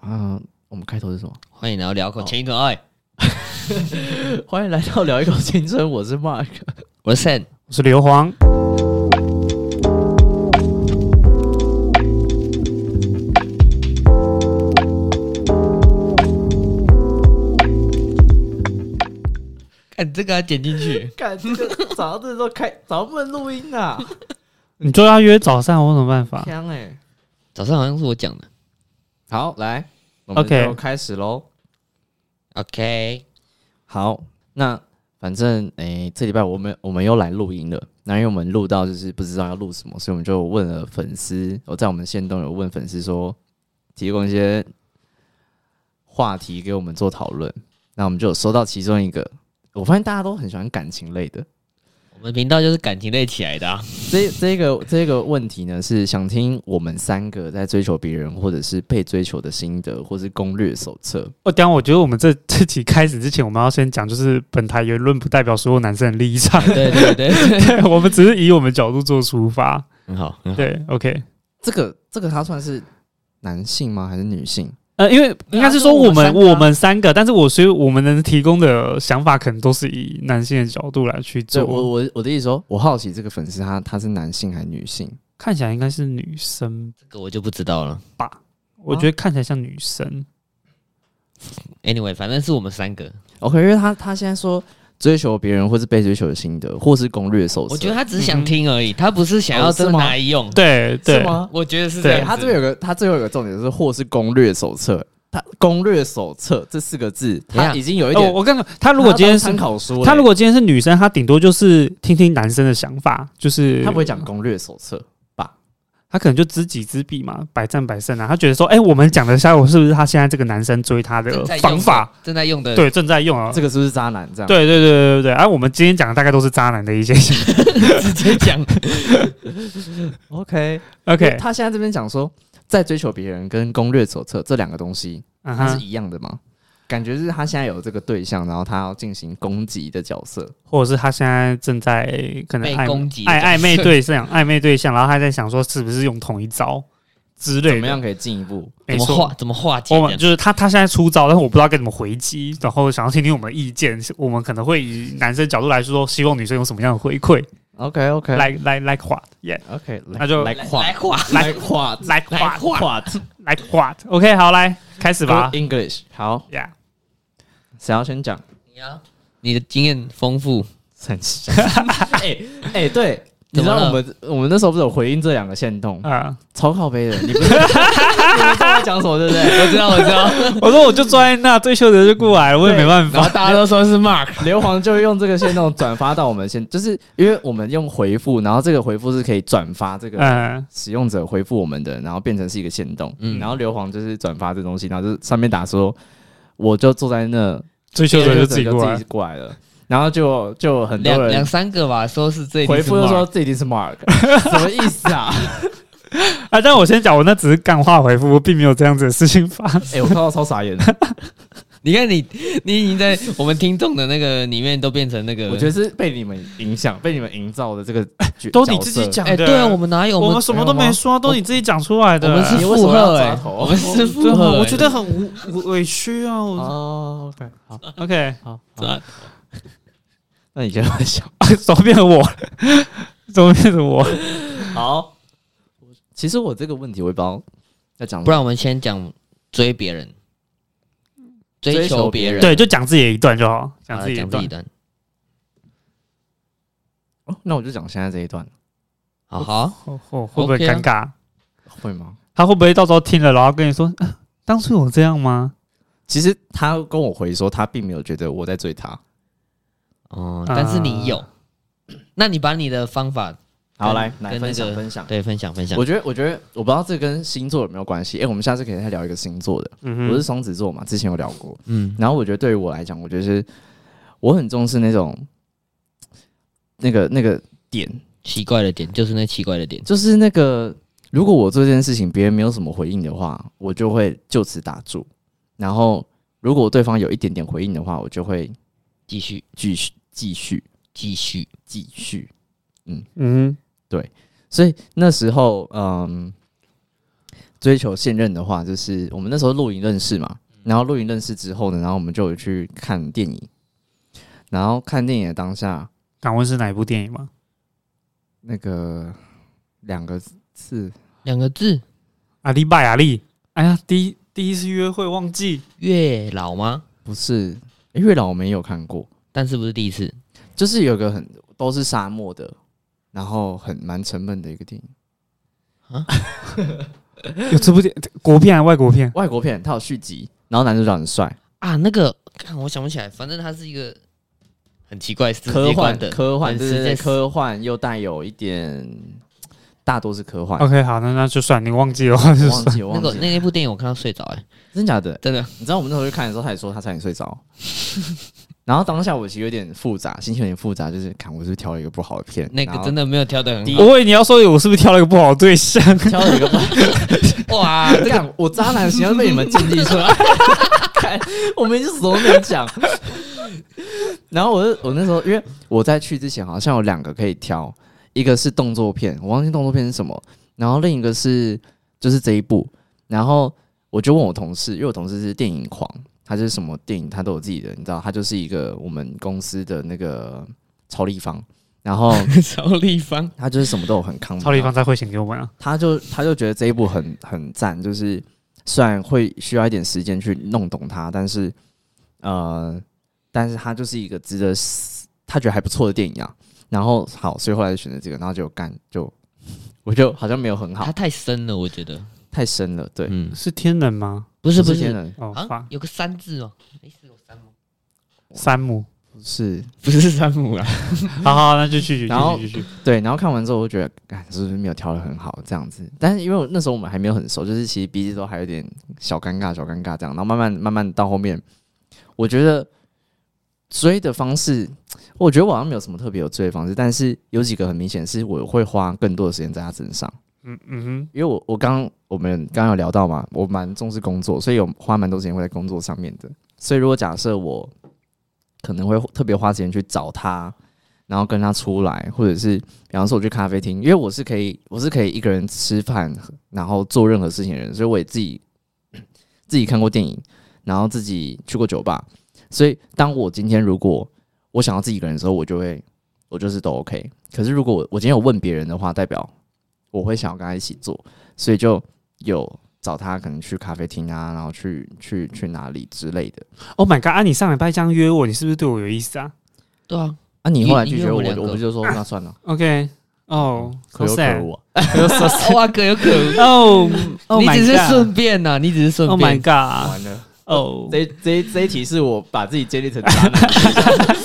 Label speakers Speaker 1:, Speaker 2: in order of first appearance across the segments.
Speaker 1: 啊，我们开头是什么？
Speaker 2: 欢迎来到聊口青春爱，
Speaker 1: 欢迎来到聊一口青春，我是 Mark。
Speaker 2: 我是 Sen，
Speaker 3: 我是刘皇，
Speaker 2: 看这个要剪进去。
Speaker 1: 干这个早上这时候开，早上不能录音啊，
Speaker 3: 你就要约早上，我有什么办法？
Speaker 1: 香哎、
Speaker 2: 早上好像是我讲的
Speaker 1: 好，来，我们
Speaker 3: OK
Speaker 1: 就开始喽。
Speaker 2: ，OK，
Speaker 1: 好，那反正诶、这礼拜我们我们又来录音了。那因为我们录到就是不知道要录什么，所以我们就问了粉丝。我在我们线动有问粉丝说，提供一些话题给我们做讨论。那我们就有收到其中一个，我发现大家都很喜欢感情类的。
Speaker 2: 我们频道就是感情类起来 的、啊，
Speaker 1: 这这个这个问题呢，是想听我们三个在追求别人或者是被追求的心得，或是攻略手册。
Speaker 3: 我讲，我觉得我们这 这集开始之前，我们要先讲，就是本台言论不代表所有男生的立场，
Speaker 2: 啊对对 对，
Speaker 3: 对我们只是以我们角度做出发。
Speaker 2: 很好，
Speaker 1: 嗯
Speaker 2: 很好。
Speaker 3: 对，OK，
Speaker 1: 这个这个它算是男性吗？还是女性？
Speaker 3: 呃，因为应该是说我们、
Speaker 2: 对啊就我们三个啊
Speaker 3: 我们三个，但是我所以我们能提供的想法，可能都是以男性的角度来去
Speaker 1: 对
Speaker 3: 做。
Speaker 1: 我我我的意思说，我好奇这个粉丝他他是男性还是女性？
Speaker 3: 看起来应该是女生，
Speaker 2: 这个我就不知道了。
Speaker 3: 我觉得看起来像女生。
Speaker 1: 啊
Speaker 2: Anyway，反正是我们三个，
Speaker 1: OK，因为他他现在说追求别人或是被追求的心得，或是攻略手册，
Speaker 2: 我觉得他只是想听而已，他不嗯哦是想要真的拿来用。
Speaker 3: 对对
Speaker 1: 是，吗？
Speaker 2: 我觉得是这
Speaker 1: 对
Speaker 2: 样子。
Speaker 1: 他这边有个他最后有个重点就是或是攻略手册，他攻略手册这四个字，
Speaker 2: 等一
Speaker 1: 他
Speaker 2: 下
Speaker 1: 已经有一
Speaker 3: 哦，我
Speaker 1: 点。
Speaker 3: 我刚刚他如果今天
Speaker 1: 他当参
Speaker 3: 是
Speaker 1: 考书了，
Speaker 3: 他如果今天是女生，她顶多就是听听男生的想法，就是
Speaker 1: 他不会讲攻略手册，
Speaker 3: 他可能就知己知彼嘛，百战百胜啊。他觉得说，哎、我们讲的下，我是不是他现在这个男生追他的
Speaker 2: 正在用的
Speaker 3: 方法？，
Speaker 2: 正在用的，
Speaker 3: 对，正在用啊。
Speaker 1: 这个是不是渣男这样？，
Speaker 3: 对对对对对对。而、我们今天讲的大概都是渣男的一些
Speaker 2: 直接 讲。
Speaker 1: ，OK
Speaker 3: OK，
Speaker 1: 他现在这边讲说，在追求别人跟攻略手册这两个东西，
Speaker 3: 嗯
Speaker 1: 它是
Speaker 3: 哼，
Speaker 1: 一样的吗？感觉是他现在有这个对象，然后他要进行攻击的角色。
Speaker 3: 或者是他现在正在可能
Speaker 2: 被攻击
Speaker 3: 暧
Speaker 2: 的
Speaker 3: 暧暧昧
Speaker 2: 角色
Speaker 3: 对 象，暧昧对象，然后他在想说是不是用同一招之类的，
Speaker 1: 怎么样可以进一步？
Speaker 3: 没
Speaker 2: 怎么
Speaker 3: 错
Speaker 2: 化怎么化解这
Speaker 3: 我们
Speaker 2: 样？
Speaker 3: 就是他，他现在出招，但是我不知道该怎么回击，然后想要听听我们的意见。我们可能会以男生角度来说，希望女生有什么样的回馈
Speaker 1: OK OK
Speaker 3: 来来来 what yeah
Speaker 1: OK，
Speaker 3: 那就
Speaker 1: 来
Speaker 2: 来
Speaker 1: 画
Speaker 2: 化，
Speaker 1: 来画
Speaker 3: 来
Speaker 2: 来
Speaker 3: what
Speaker 2: 化，
Speaker 3: 来 what OK 好来开始吧
Speaker 1: English 好，
Speaker 3: yeah
Speaker 1: 谁要先 讲？
Speaker 2: 你啊你的经验丰富，
Speaker 1: 三七。哎哎，对，你知
Speaker 2: 怎么
Speaker 1: 道
Speaker 2: 了
Speaker 1: 我们我们那时候不是有回应这两个线动，
Speaker 3: 啊、
Speaker 1: 超靠背的，你 不是你不知道我讲什么对不对？
Speaker 2: 我知道，我知道。
Speaker 3: 我说我就坐在那，追求者就过来，我也没办
Speaker 2: 然
Speaker 3: 法
Speaker 2: 后。大家都说是 Mark，
Speaker 1: 硫磺就用这个线动转发到我们线，就是因为我们用回复，然后这个回复是可以转发这
Speaker 2: 哎
Speaker 1: 个
Speaker 3: 嗯，
Speaker 1: 使用者回复我们的，然后变成是一个线动。
Speaker 2: 嗯
Speaker 1: 然后硫磺就是转发这东西，然后就是上面打说，我就坐在那，
Speaker 3: 追求者就自己
Speaker 1: 就
Speaker 3: 过来
Speaker 1: 自己。过来了，然后就就很多
Speaker 2: 两
Speaker 1: 人
Speaker 2: 两三个吧，说是这一定
Speaker 1: 回
Speaker 2: 是
Speaker 1: 复就
Speaker 2: Mark
Speaker 1: 说这一定是 Mark，什么意思 啊？
Speaker 3: 啊，但我先讲，我那只是干话回复，并没有这样子的事情发生。
Speaker 1: 哎、我看到超傻眼的，
Speaker 2: 你看你，你已经在我们听众的那个里面都变成那个，
Speaker 1: 我觉得是被你们影响，被你们营造的这个角
Speaker 3: 都你自己讲
Speaker 2: 哎、
Speaker 3: 的，
Speaker 2: 对啊，我们哪有
Speaker 3: 我们
Speaker 2: 们哦
Speaker 3: 什么都没说，都你自己讲出来的。啊
Speaker 2: 我们是
Speaker 1: 你为什
Speaker 2: 附
Speaker 1: 么要
Speaker 2: 和
Speaker 1: 抓
Speaker 2: 哎、
Speaker 1: 头
Speaker 2: 我们是
Speaker 3: 对
Speaker 2: 附
Speaker 3: 啊
Speaker 2: 和、哎
Speaker 3: 我觉得很无无委屈啊。我
Speaker 1: 哦，OK，好，
Speaker 3: OK，
Speaker 1: 好，
Speaker 2: 怎么
Speaker 1: 那你先来想。
Speaker 3: 怎么变成我？ 怎么变成我？
Speaker 1: 好，其实我这个问题我也不知道要讲什么，
Speaker 2: 不然我们先讲追别人，追求别人，
Speaker 3: 对，就讲自己的一段就好，
Speaker 2: 好
Speaker 3: 讲
Speaker 2: 了
Speaker 3: 自己的
Speaker 2: 哎讲
Speaker 3: 一
Speaker 2: 自己一
Speaker 3: 段。
Speaker 2: 段，
Speaker 1: 哦那我就讲现在这一段，
Speaker 2: 好好，
Speaker 3: 哦哦，会不会
Speaker 2: OK 啊
Speaker 3: 尴尬？
Speaker 1: 会吗？
Speaker 3: 他会不会到时候听了，然后跟你说，啊当初有这样吗？
Speaker 1: 其实他跟我回说，他并没有觉得我在追他。
Speaker 2: 哦、
Speaker 3: 啊
Speaker 2: 但是你有，那你把你的方法
Speaker 1: 好，
Speaker 2: 跟
Speaker 1: 来
Speaker 2: 跟
Speaker 1: 来
Speaker 2: 那
Speaker 1: 分享
Speaker 2: 个
Speaker 1: 分享。
Speaker 2: 对分享分享
Speaker 1: 我，觉得，我觉得，我不知道这跟星座有没有关系。哎、我们下次可以再聊一个星座的。
Speaker 3: 嗯
Speaker 1: 我是双子座嘛，之前有聊过。
Speaker 2: 嗯，
Speaker 1: 然后我觉得对于我来讲，我觉得是我很重视那种那个那个点，
Speaker 2: 奇怪的点就是那奇怪的点，
Speaker 1: 就是那个如果我做这件事情，别人没有什么回应的话，我就会就此打住。然后如果对方有一点点回应的话，我就会
Speaker 2: 继续
Speaker 1: 继续继续
Speaker 2: 继续，
Speaker 1: 继续。
Speaker 3: 嗯
Speaker 1: 所以那时候，嗯，追求现任的话，就是我们那时候露营认识嘛，然后露营认识之后呢，然后我们就有去看电影，然后看电影的当下，
Speaker 3: 敢问是哪一部电影吗？
Speaker 1: 那个两个字
Speaker 2: 两个字，
Speaker 3: 阿力拜阿力，哎呀，第一第一次约会忘记，
Speaker 2: 月老吗？
Speaker 1: 不是诶月老，我们也有看过，
Speaker 2: 但是不是第一次？
Speaker 1: 就是有个很都是沙漠的，然后很蛮沉闷的一个电影，
Speaker 3: 有这部电国片还是外国片？
Speaker 1: 外国片，它有续集，然后男主角很帅，
Speaker 2: 啊，那个，看我想不起来，反正它是一个很奇怪世界
Speaker 1: 科幻
Speaker 2: 观的
Speaker 1: 科幻，
Speaker 2: 很
Speaker 1: 对
Speaker 2: 世
Speaker 1: 对对，
Speaker 2: 界
Speaker 1: 科幻又带有一点，大多是科幻。
Speaker 3: OK，好，那那就算你忘记的话就
Speaker 1: 我
Speaker 3: 算
Speaker 1: 忘。记，我
Speaker 2: 那
Speaker 1: 忘
Speaker 2: 个
Speaker 1: 记，
Speaker 2: 那一部电影我看到睡着，哎，
Speaker 1: 真假的？
Speaker 2: 真的，
Speaker 1: 你知道我们那时候去看的时候，他也说他差点睡着。 然后当下我其实有点复杂，心情有点复杂，就是看我是不是挑了一个不好的片，
Speaker 2: 那个真的没有挑的很
Speaker 1: 第
Speaker 2: 好。
Speaker 3: 我以为你要说我是不是挑了一个不好的对象？
Speaker 1: 的挑了一个不好。
Speaker 2: 哇，这个
Speaker 1: 干，我渣男形象被你们建立出来， 看我们就什么都没讲。然后我就我那时候，因为我在去之前好像有两个可以挑，一个是动作片，我忘记动作片是什么，然后另一个是就是这一部。然后我就问我同事，因为我同事是电影狂，他就是什么电影他都有自己的，你知道，他就是一个我们公司的那个超立方，然后
Speaker 2: 超立 方，
Speaker 1: 他就是什么都有很康。
Speaker 3: 超立方再汇钱给我们啊！
Speaker 1: 他就他就觉得这一部很很赞，就是虽然会需要一点时间去弄懂它，但是呃，但是它就是一个值得思他觉得还不错的电影啊。然后好，所以后来就选择这个，然后就干就我就好像没有很好
Speaker 2: 它，太深了，我觉得。
Speaker 1: 太深了，对，
Speaker 2: 嗯，
Speaker 3: 是天人吗？
Speaker 2: 不是不
Speaker 1: 天
Speaker 2: 是
Speaker 1: 人，
Speaker 3: 哦，
Speaker 2: 啊
Speaker 3: 发，
Speaker 2: 有个三字 哦，哎，是有三吗？
Speaker 3: 山姆。
Speaker 1: 不是
Speaker 2: 不是山姆
Speaker 3: 啊
Speaker 2: 啦，
Speaker 3: 好好，那就继续，
Speaker 1: 然后
Speaker 3: 继续，继续。
Speaker 1: 对。然后看完之后，我就觉得，哎，是不是没有调的很好这样子？但是因为我那时候我们还没有很熟，就是其实彼此都还有点小尴尬，小尴尬这样。然后慢慢慢慢到后面，我觉得追的方式，我觉得我好像没有什么特别有追的方式，但是有几个很明显是我会花更多的时间在他身上，
Speaker 3: 嗯嗯哼，
Speaker 1: 因为我我刚我们刚刚有聊到嘛，我蛮重视工作，所以有花蛮多时间会在工作上面的。所以如果假设我可能会特别花时间去找他，然后跟他出来，或者是比方说我去咖啡厅，因为我是可以我是可以一个人吃饭，然后做任何事情的人，所以我也自己自己看过电影，然后自己去过酒吧。所以当我今天如果我想要自己一个人的时候，我就会我就是都 OK。可是如果我我今天有问别人的话，代表我会想要跟他一起做，所以就有找他可能去咖啡厅啊，然后去去去哪里之类的。
Speaker 3: Oh my god！啊，你上礼拜这样约我，你是不是对我有意思啊
Speaker 2: 对啊，
Speaker 1: 啊，你后来
Speaker 2: 你
Speaker 1: 拒绝我，
Speaker 2: 你约我两个
Speaker 1: 我不就说那算了，
Speaker 3: ？OK，哦，
Speaker 1: 可有可无啊。
Speaker 2: 哇，可有可无，
Speaker 3: 哦，Oh
Speaker 2: 你
Speaker 3: my
Speaker 2: 只是顺
Speaker 3: god！
Speaker 2: 便呐，你只是顺
Speaker 3: Oh my
Speaker 2: 便，
Speaker 3: god！
Speaker 1: 完了，
Speaker 3: 哦，
Speaker 1: 这这这一题是我把自己建立成渣男。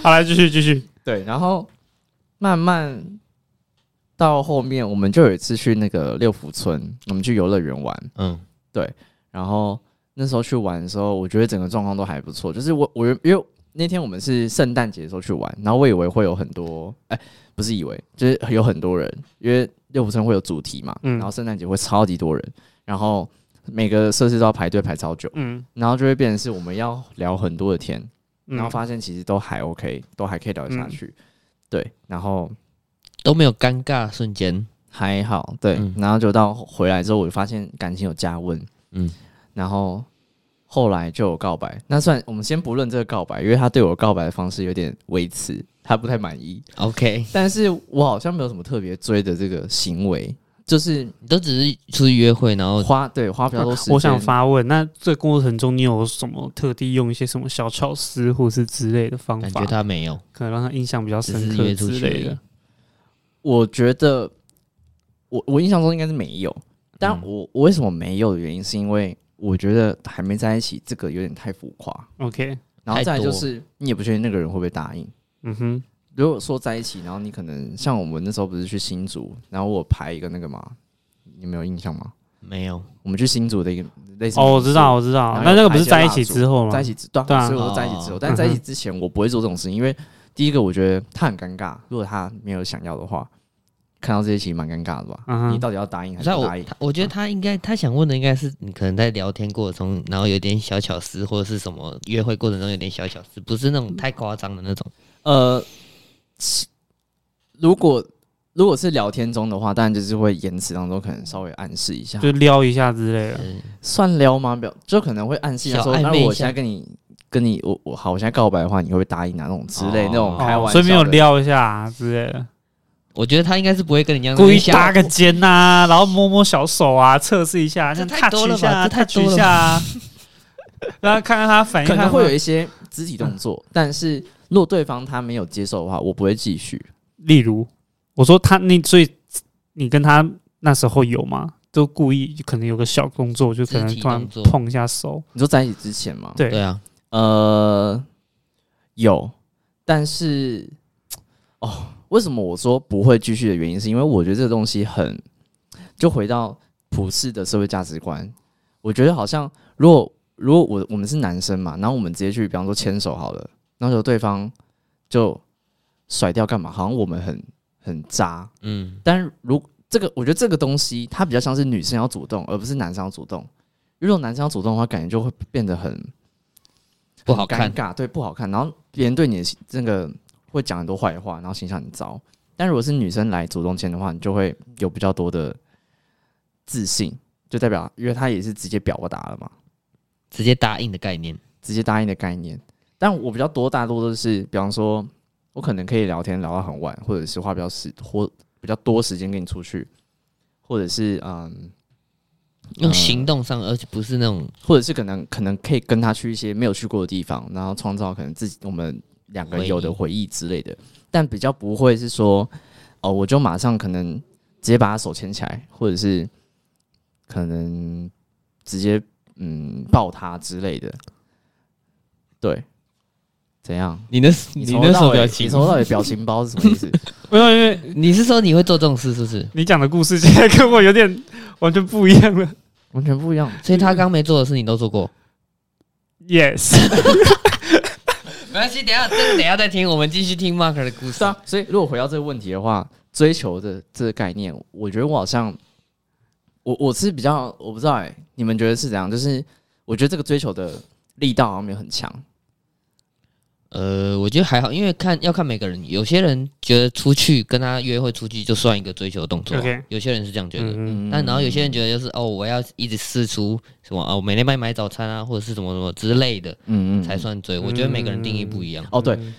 Speaker 3: 好来继续继续。
Speaker 1: 对，然后慢慢到后面，我们就有一次去那个六福村，我们去游乐园玩，
Speaker 2: 嗯，
Speaker 1: 然后那时候去玩的时候，我觉得整个状况都还不错。就是我我因为那天我们是圣诞节的时候去玩，然后我以为会有很多，哎、不是以为，就是有很多人，因为六福村会有主题嘛，
Speaker 3: 嗯
Speaker 1: 然后圣诞节会超级多人，然后每个设施都要排队排超久，
Speaker 3: 嗯，
Speaker 1: 然后就会变成是我们要聊很多的天，
Speaker 3: 嗯
Speaker 1: 然后发现其实都还 OK，都还可以聊得下去，对，然后
Speaker 2: 都没有尴尬瞬间，
Speaker 1: 还好，对，
Speaker 2: 嗯
Speaker 1: 然后就到回来之后，我就发现感情有加温，
Speaker 2: 嗯，
Speaker 1: 然后后来就有告白。那算我们先不论这个告白，因为他对我告白的方式有点微词，他不太满意。
Speaker 2: OK，
Speaker 1: 但是我好像没有什么特别追的这个行为，就是
Speaker 2: 你都只是出去约会，然后
Speaker 1: 花对花比较多时间。
Speaker 3: 我想发问，那这个过程中你有什么特地用一些什么小巧思或是之类的方
Speaker 2: 感
Speaker 3: 法
Speaker 2: 觉，他没有，
Speaker 3: 可能让他印象比较
Speaker 2: 只
Speaker 3: 深
Speaker 2: 是
Speaker 3: 刻
Speaker 2: 约出
Speaker 3: 之
Speaker 2: 去而
Speaker 3: 类
Speaker 2: 已
Speaker 3: 的？。
Speaker 1: 我觉得我我印象中应该是没有，但
Speaker 2: 嗯
Speaker 1: 我我为什么没有的原因是因为我觉得还没在一起，这个有点太浮夸。
Speaker 3: OK，
Speaker 1: 然后再来就
Speaker 2: 太多
Speaker 1: 是你也不确定那个人会不会答应。
Speaker 3: 嗯哼，
Speaker 1: 如果说在一起，然后你可能像我们那时候不是去新竹，然后我排一个那个嘛，你们有印象吗？
Speaker 2: 没有，
Speaker 3: 嗯
Speaker 1: 我们去新竹的一个类似
Speaker 3: 哦，我知道，，我知道
Speaker 1: 然后，
Speaker 3: 那那个
Speaker 1: 有
Speaker 3: 不是
Speaker 1: 拍
Speaker 3: 在
Speaker 1: 一
Speaker 3: 一
Speaker 1: 些
Speaker 3: 起之后吗？
Speaker 1: 在一起之对,、
Speaker 3: 对啊
Speaker 1: 所以我说在一起之后，
Speaker 2: 哦
Speaker 1: 但是在一起之前我不会做这种事情，因为第一个我觉得他很尴尬，如果他没有想要的话，看到这些其实蛮尴尬的吧？
Speaker 3: 嗯哼
Speaker 1: 你到底要答应还是
Speaker 2: 那
Speaker 1: 不
Speaker 2: 我
Speaker 1: 答应？
Speaker 2: 他我觉得他应该他想问的应该是你可能在聊天过程中，然后有点小巧思或者是什么约会过程中有点小巧思，不是那种太夸张的那种。
Speaker 1: 呃呃，其如果如果是聊天中的话，当然就是会言辞当中可能稍微暗示一下，
Speaker 3: 就撩一下之
Speaker 2: 啊
Speaker 3: 类的。
Speaker 1: 算撩吗？表就可能会暗示一下说，
Speaker 2: 小暧
Speaker 1: 那
Speaker 2: 昧一
Speaker 1: 我现
Speaker 2: 下
Speaker 1: 在跟你跟你我我好，我现在告白的话，你会不会答应啊？那种之类、
Speaker 2: 哦
Speaker 1: 那种开玩笑的，
Speaker 3: 所以没有撩一下、啊之类的，
Speaker 2: 我觉得他应该是不会跟你一样
Speaker 3: 故意
Speaker 2: 瞎
Speaker 3: 搭个肩呐、然后摸摸小手啊，测试一下，
Speaker 2: 这
Speaker 3: 像
Speaker 2: 太
Speaker 3: touch
Speaker 2: 多了
Speaker 3: 一
Speaker 2: 吧
Speaker 3: 下啊
Speaker 2: 这太
Speaker 3: ，touch
Speaker 2: 多
Speaker 3: 一
Speaker 2: 了
Speaker 3: 下啊， 然后看看他反应，
Speaker 1: 可能
Speaker 3: 看
Speaker 1: 会
Speaker 3: 看
Speaker 1: 有一些肢体动作，
Speaker 2: 嗯
Speaker 1: 但是如果对方他没有接受的话，我不会继续。
Speaker 3: 例如，我说他那所以你跟他那时候有吗？都故意可能有个小动作，就可
Speaker 2: 肢
Speaker 3: 能
Speaker 2: 体
Speaker 3: 突然
Speaker 2: 动作
Speaker 3: 碰一下手，
Speaker 1: 你说在一起之前吗？，
Speaker 3: 对，
Speaker 2: 对啊，
Speaker 1: 呃，有，但是哦，为什么我说不会继续的原因，是因为我觉得这个东西很，就回到普世的社会价值观，我觉得好像如果如果我我们是男生嘛，然后我们直接去，比方说牵手好了，然后就对方就甩掉干嘛？好像我们很很渣，
Speaker 2: 嗯，
Speaker 1: 但是如这个，我觉得这个东西它比较像是女生要主动，而不是男生要主动。如果男生要主动的话，感觉就会变得很
Speaker 2: 不好
Speaker 1: 很
Speaker 2: 看
Speaker 1: 尴，尬，对，不好看。然后别人对你的这个会讲很多坏话，然后形象很糟。但如果是女生来主动签的话，你就会有比较多的自信，就代表因为她也是直接表达了嘛，
Speaker 2: 直接答应的概念，
Speaker 1: 直接答应的概念。但我比较多，大多都是，比方说，我可能可以聊天聊到很晚，或者是花比较时或比较多时间跟你出去，或者是嗯，
Speaker 2: 用行动上，而且不是那种
Speaker 1: 或者是可能可能可以跟他去一些没有去过的地方，然后创造可能自己我们两个人有的回忆之类的，但比较不会是说哦，我就马上可能直接把他手牵起来，或者是可能直接嗯抱他之类的，对，怎样？
Speaker 2: 你的
Speaker 1: 从头到尾你从头到尾表情包是什么意 思？
Speaker 3: 没有，因为
Speaker 2: 你是说你会做这种事是不是？
Speaker 3: 你讲的故事现在跟我有点完全不一样 了。
Speaker 1: 完全不一样。
Speaker 2: 所以他刚没做的事你都做过，
Speaker 3: Yes，
Speaker 2: 没关系，等一下这个等一下再听，我们继续听 Mark 的故
Speaker 1: 是啊，所以如果回到这个问题的话，追求的这个概念，我觉得我好像，我我是比较，我不知道哎、你们觉得是怎样？就是我觉得这个追求的力道好像没有很强，
Speaker 2: 呃，我觉得还好，因为看要看每个人，有些人觉得出去跟他约会出去就算一个追求的动作啊
Speaker 3: OK
Speaker 2: 有些人是这样觉得。
Speaker 3: 嗯，
Speaker 1: 嗯，
Speaker 2: 但然后有些人觉得就是哦，我要一直试出什么哦，每天帮你买早餐啊，或者是什么什么之类的，
Speaker 1: 嗯嗯
Speaker 2: 才算嗯追。我觉得每个人定义不一样。
Speaker 1: 哦对，
Speaker 3: 嗯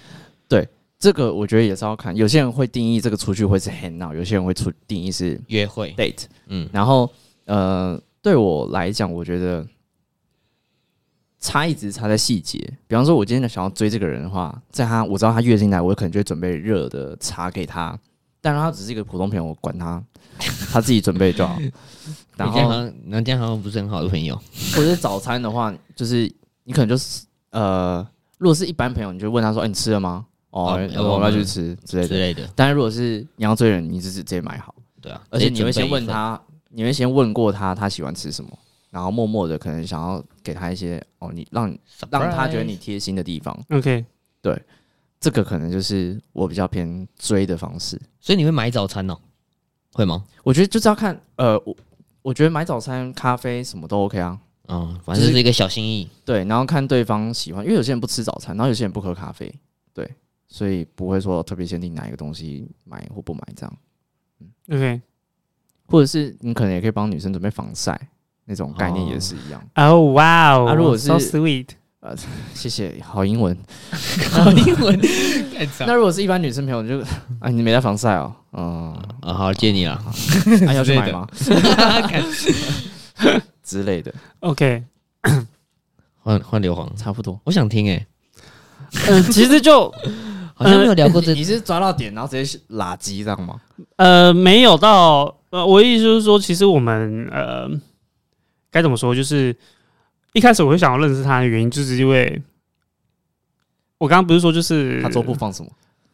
Speaker 1: 这个我觉得也是要看，有些人会定义这个出去会是 hang out，有些人会出定义是
Speaker 2: 约会，
Speaker 1: date，
Speaker 2: 嗯，
Speaker 1: 然后呃，对我来讲，我觉得差异只是差在细节。比方说，我今天想要追这个人的话，在他我知道他月经来，我可能就会准备热的茶给他。但是他只是一个普通朋友，我管他，他自己准备就 好。然
Speaker 2: 你这样好
Speaker 1: 后
Speaker 2: 像，那这样好像不是很好的朋友。
Speaker 1: 或者是早餐的话，就是你可能就是呃，如果是一般朋友，你就问他说：“哎、你吃了吗？”哦，
Speaker 2: 哦
Speaker 1: 我们要去吃之类
Speaker 2: 之
Speaker 1: 的。
Speaker 2: 类的，
Speaker 1: 但是如果是你要追人，你就是直接买好。
Speaker 2: 对啊。
Speaker 1: 而且你会
Speaker 2: 直接准
Speaker 1: 先
Speaker 2: 备
Speaker 1: 问
Speaker 2: 一份，
Speaker 1: 他，你会先问过他他喜欢吃什么，然后默默的可能想要给他一些哦，你让让他觉得你
Speaker 2: Surprise
Speaker 1: 贴心的地方，
Speaker 3: ，OK，
Speaker 1: 这个可能就是我比较偏追的方式。
Speaker 2: 所以你会买早餐哦？会吗？
Speaker 1: 我觉得就是要看呃，我我觉得买早餐、咖啡什么都 OK 啊，
Speaker 2: 嗯，反正就是一个小心意。
Speaker 1: 对，然后看对方喜欢，因为有些人不吃早餐，然后有些人不喝咖啡，对，所以不会说特别限定哪一个东西买或不买这样，
Speaker 3: OK，
Speaker 1: 或者是你可能也可以帮女生准备防晒那种概念也是一样。
Speaker 3: 哦哇哦，
Speaker 1: 啊如果是
Speaker 3: so sweet，
Speaker 1: 谢谢，好英文。
Speaker 2: 英 文，
Speaker 1: 那如果是一般女生朋友，你就 啊，你没在防晒哦，嗯，
Speaker 2: 啊，好借你了。
Speaker 3: 嗯
Speaker 1: 还、要去买吗
Speaker 2: 干
Speaker 1: 之类的，
Speaker 3: OK，
Speaker 2: 换换硫磺，
Speaker 1: 差不多。
Speaker 2: 我想听哎、
Speaker 3: 嗯，其实就
Speaker 2: 好像没有聊过这
Speaker 1: 你是抓到点，然后直接是拉鸡这样吗？
Speaker 3: 呃，没有到呃，我的意思就是说，其实我们呃，该怎么说，就是一开始我会想要认识他的原因，就是因为我刚刚不是说就是
Speaker 1: 他桌布放什么？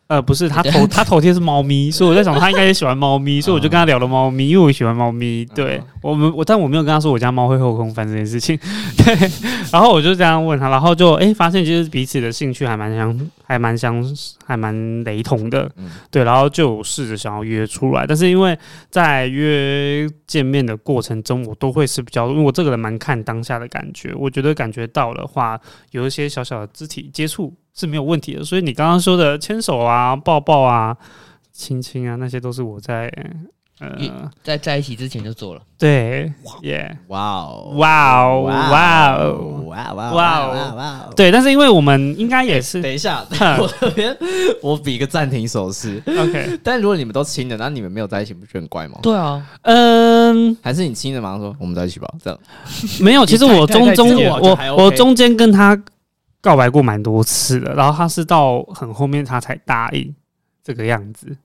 Speaker 3: 呃，不是他
Speaker 2: 对
Speaker 3: 头他头贴是猫咪，所以我在想他应该也喜欢猫咪，所以我就跟他聊了猫咪，因为我喜欢猫咪。对
Speaker 1: 嗯
Speaker 3: 我们我但我没有跟他说我家猫会后空翻这件事情， 对。然后我就这样问他，然后就哎、发现其实彼此的兴趣还蛮相还蛮相还蛮雷同的，
Speaker 1: 嗯
Speaker 3: 对。然后就有试着想要约出来，但是因为在约见面的过程中，我都会是比较，因为我这个人蛮看当下的感觉，我觉得感觉到的话，有一些小小的肢体接触是没有问题的。所以你刚刚说的牵手啊、抱抱啊，亲亲啊，那些都是我在呃
Speaker 2: 嗯，在在一起之前就做了，
Speaker 3: 对耶
Speaker 1: 哇哦，
Speaker 3: 哇哦哇哦，
Speaker 1: 哇哇
Speaker 3: 哇
Speaker 1: 哇
Speaker 3: 哦
Speaker 1: 哇！
Speaker 3: 对，但是因为我们应该也是
Speaker 1: 等一 下，我这边我比个暂停手势。
Speaker 3: OK，
Speaker 1: 但如果你们都亲的，那你们没有在一起，不觉得很怪吗？
Speaker 2: 对啊，
Speaker 3: 嗯，
Speaker 1: 还是你亲的马上说我们在一起吧，这样
Speaker 3: 没有，其实我中中
Speaker 1: 你太太
Speaker 3: 我
Speaker 1: 太
Speaker 3: 我
Speaker 1: OK
Speaker 3: 中间跟他告白过蛮多次的，然后他是到很后面他才答应这个样子，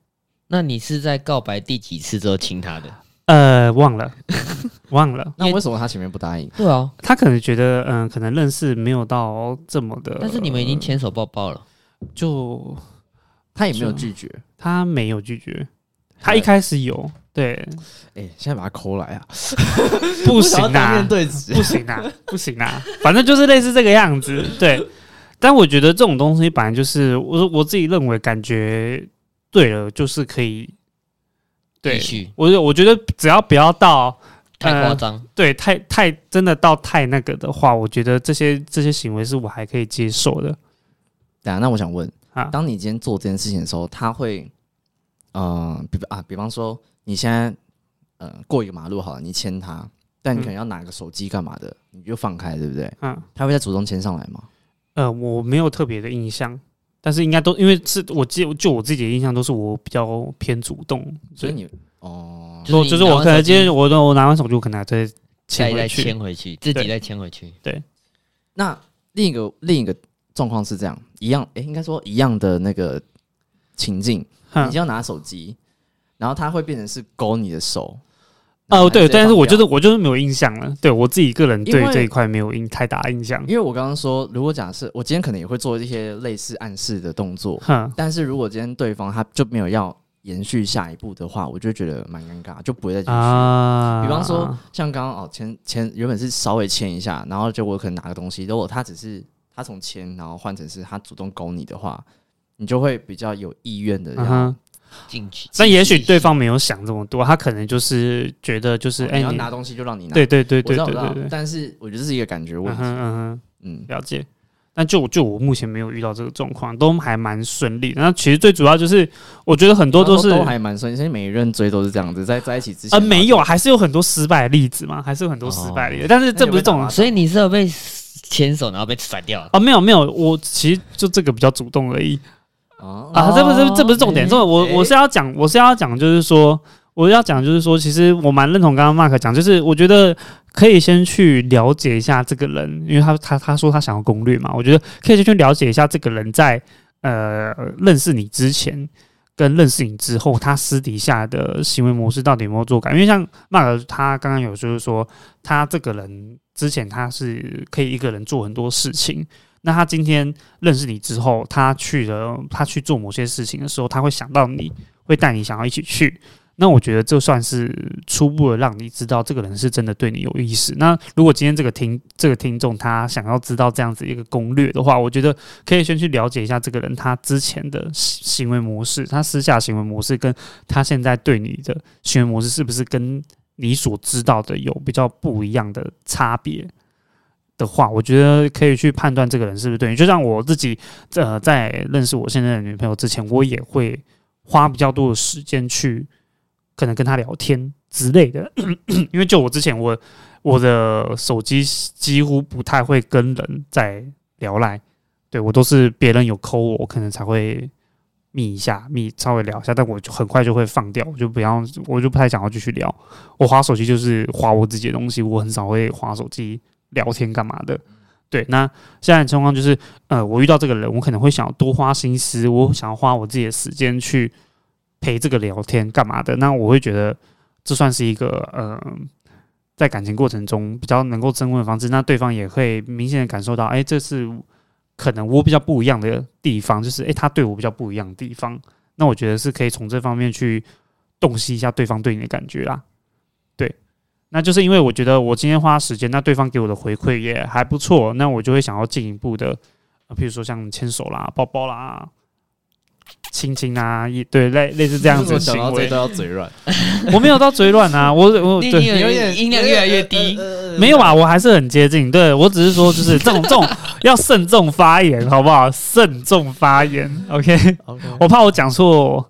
Speaker 2: 那你是在告白第几次之后亲他的？
Speaker 3: 呃，忘了 忘了，
Speaker 1: 那为什么他前面不答应？
Speaker 2: 对啊，
Speaker 3: 他可能觉得嗯、可能认识没有到这么的，
Speaker 2: 但是你们已经牵手抱抱了，
Speaker 3: 就
Speaker 1: 他也没有拒
Speaker 2: 啊
Speaker 1: 绝。
Speaker 3: 他没有拒绝，他一开始有对，
Speaker 1: 哎、现在把他抠来啊！
Speaker 3: 不行
Speaker 1: 我想要当
Speaker 3: 啊
Speaker 1: 面，对 质。
Speaker 3: 不行啊，不行啊，反正就是类似这个样子。对，但我觉得这种东西本来就是我我自己认为，感觉对了就是可以。对
Speaker 2: 继，续
Speaker 3: 我我觉得只要不要到
Speaker 2: 太
Speaker 3: 呃
Speaker 2: 夸张，
Speaker 3: 对太太真的到太那个的话，我觉得这些这些行为是我还可以接受的
Speaker 1: 对啊，那我想问，
Speaker 3: 啊。
Speaker 1: 当你今天做这件事情的时候，他会，呃，比啊，比方说你现在呃过一个马路好了，你牵他，但你可能要拿个手机干嘛的，你就放开，对不对？
Speaker 3: 嗯
Speaker 1: 他会再主动牵上来吗？
Speaker 3: 呃，我没有特别的印象，但是应该都因为是我记就我自己的印象都是我比较偏主动，
Speaker 1: 所以
Speaker 2: 嗯
Speaker 1: 你哦，
Speaker 3: 我就是我可能今天
Speaker 2: 我
Speaker 3: 我我拿完手机，我可能还再
Speaker 2: 再
Speaker 3: 牵
Speaker 2: 再
Speaker 3: 回去。
Speaker 2: 牵回去，自己
Speaker 3: 对
Speaker 2: 再牵回去，
Speaker 1: 那另一个另一个状况是这样，一样，哎、应该说一样的那个情境，
Speaker 3: 嗯
Speaker 1: 你就要拿手机，然后他会变成是勾你的手。然后
Speaker 3: 哦，
Speaker 1: 他直接
Speaker 3: 对，但是
Speaker 1: 放
Speaker 3: 我
Speaker 1: 掉
Speaker 3: 就是我就是没有印象了，对我自己个人对
Speaker 1: 因为
Speaker 3: 这一块没有印太大印象。
Speaker 1: 因为我刚刚说，如果假设我今天可能也会做一些类似暗示的动作，
Speaker 3: 哼，
Speaker 1: 但是如果今天对方他就没有要延续下一步的话，我就觉得蛮尴尬，就不会再继续。
Speaker 3: 啊，
Speaker 1: 比方说，像刚刚哦，牵牵原本是稍微牵一下，然后结果可能拿个东西，如果他只是他从牵，然后换成是他主动勾你的话，你就会比较有意愿的
Speaker 3: 嗯哼，
Speaker 2: 进去。
Speaker 3: 但也许
Speaker 2: 继续
Speaker 3: 对方没有想这么多，他可能就是觉得就是
Speaker 1: 哎，
Speaker 3: 哎，
Speaker 1: 你要
Speaker 3: 你
Speaker 1: 拿东西就让你拿。
Speaker 3: 对对对
Speaker 1: 我知
Speaker 3: 对
Speaker 1: 道
Speaker 3: 对
Speaker 1: 我知道
Speaker 3: 对，对，
Speaker 1: 但是我觉得这是一个感觉问
Speaker 3: 嗯
Speaker 1: 题
Speaker 3: 哼。嗯
Speaker 1: 嗯
Speaker 3: 哼，了解。但就就我目前没有遇到这个状况，都还蛮顺利的。那其实最主要就是，我觉得很多都是
Speaker 1: 啊都还蛮顺，其实每一任追都是这样子，在在一起之前
Speaker 3: 呃没有，还是有很多失败的例子嘛，还是有很多失败的例子。但是这不是重
Speaker 1: 哦那你有没有打
Speaker 2: 所以你是有被牵手然后被甩掉了，
Speaker 3: 啊，没有没有，我其实就这个比较主动而已。
Speaker 1: 哦
Speaker 3: 啊，这不是这不是重点，
Speaker 2: 诶
Speaker 3: 重点我我是要讲，我是要讲，就是说，我要讲就是说，其实我蛮认同刚刚 Mark 讲，就是我觉得可以先去了解一下这个人，因为他他他说他想要攻略嘛，我觉得可以先去了解一下这个人在呃认识你之前。跟认识你之后，他私底下的行为模式到底有没有做改？因为像马尔，他刚刚有就是说，他这个人之前他是可以一个人做很多事情，那他今天认识你之后，他去了，他去做某些事情的时候，他会想到你，会带你想要一起去。那我觉得这算是初步的让你知道这个人是真的对你有意思。那如果今天这个听这个听众他想要知道这样子一个攻略的话，我觉得可以先去了解一下这个人他之前的行行为模式，他私下行为模式跟他现在对你的行为模式是不是跟你所知道的有比较不一样的差别。的话，我觉得可以去判断这个人是不是对你。就像我自己，呃，在认识我现在的女朋友之前，我也会花比较多的时间去可能跟她聊天之类的。 因为就我之前我，我的手机几乎不太会跟人在聊来，对我都是别人有扣我，我可能才会密一下，密稍微聊一下，但我就很快就会放掉，我就不要，我就不太想要继续聊。我划手机就是划我自己的东西，我很少会划手机。聊天干嘛的。对，那现在的情况就是，呃，我遇到这个人，我可能会想要多花心思，我想要花我自己的时间去陪这个聊天干嘛的。那我会觉得这算是一个，呃，在感情过程中比较能够升温的方式。那对方也会明显的感受到，哎、这是可能我比较不一样的地方，就是哎、诶他对我比较不一样的地方。那我觉得是可以从这方面去洞悉一下对方对你的感觉啦。对，那就是因为我觉得我今天花时间，那对方给我的回馈也还不错，那我就会想要进一步的，呃譬如说像牵手啦、抱抱啦、亲亲啊，也对，类类似这样子的
Speaker 1: 想到
Speaker 3: 行
Speaker 1: 这
Speaker 3: 为
Speaker 1: 都。要嘴软，
Speaker 3: 我没有到嘴软啊，我我
Speaker 2: 你
Speaker 3: 对
Speaker 2: 你有点音量越来越低，
Speaker 3: 没有啊，我还是很接近。对我只是说，就 是这种这种要慎重发言，好不好？慎重发言，OK？
Speaker 2: 呃
Speaker 1: OK，
Speaker 3: 我怕我讲错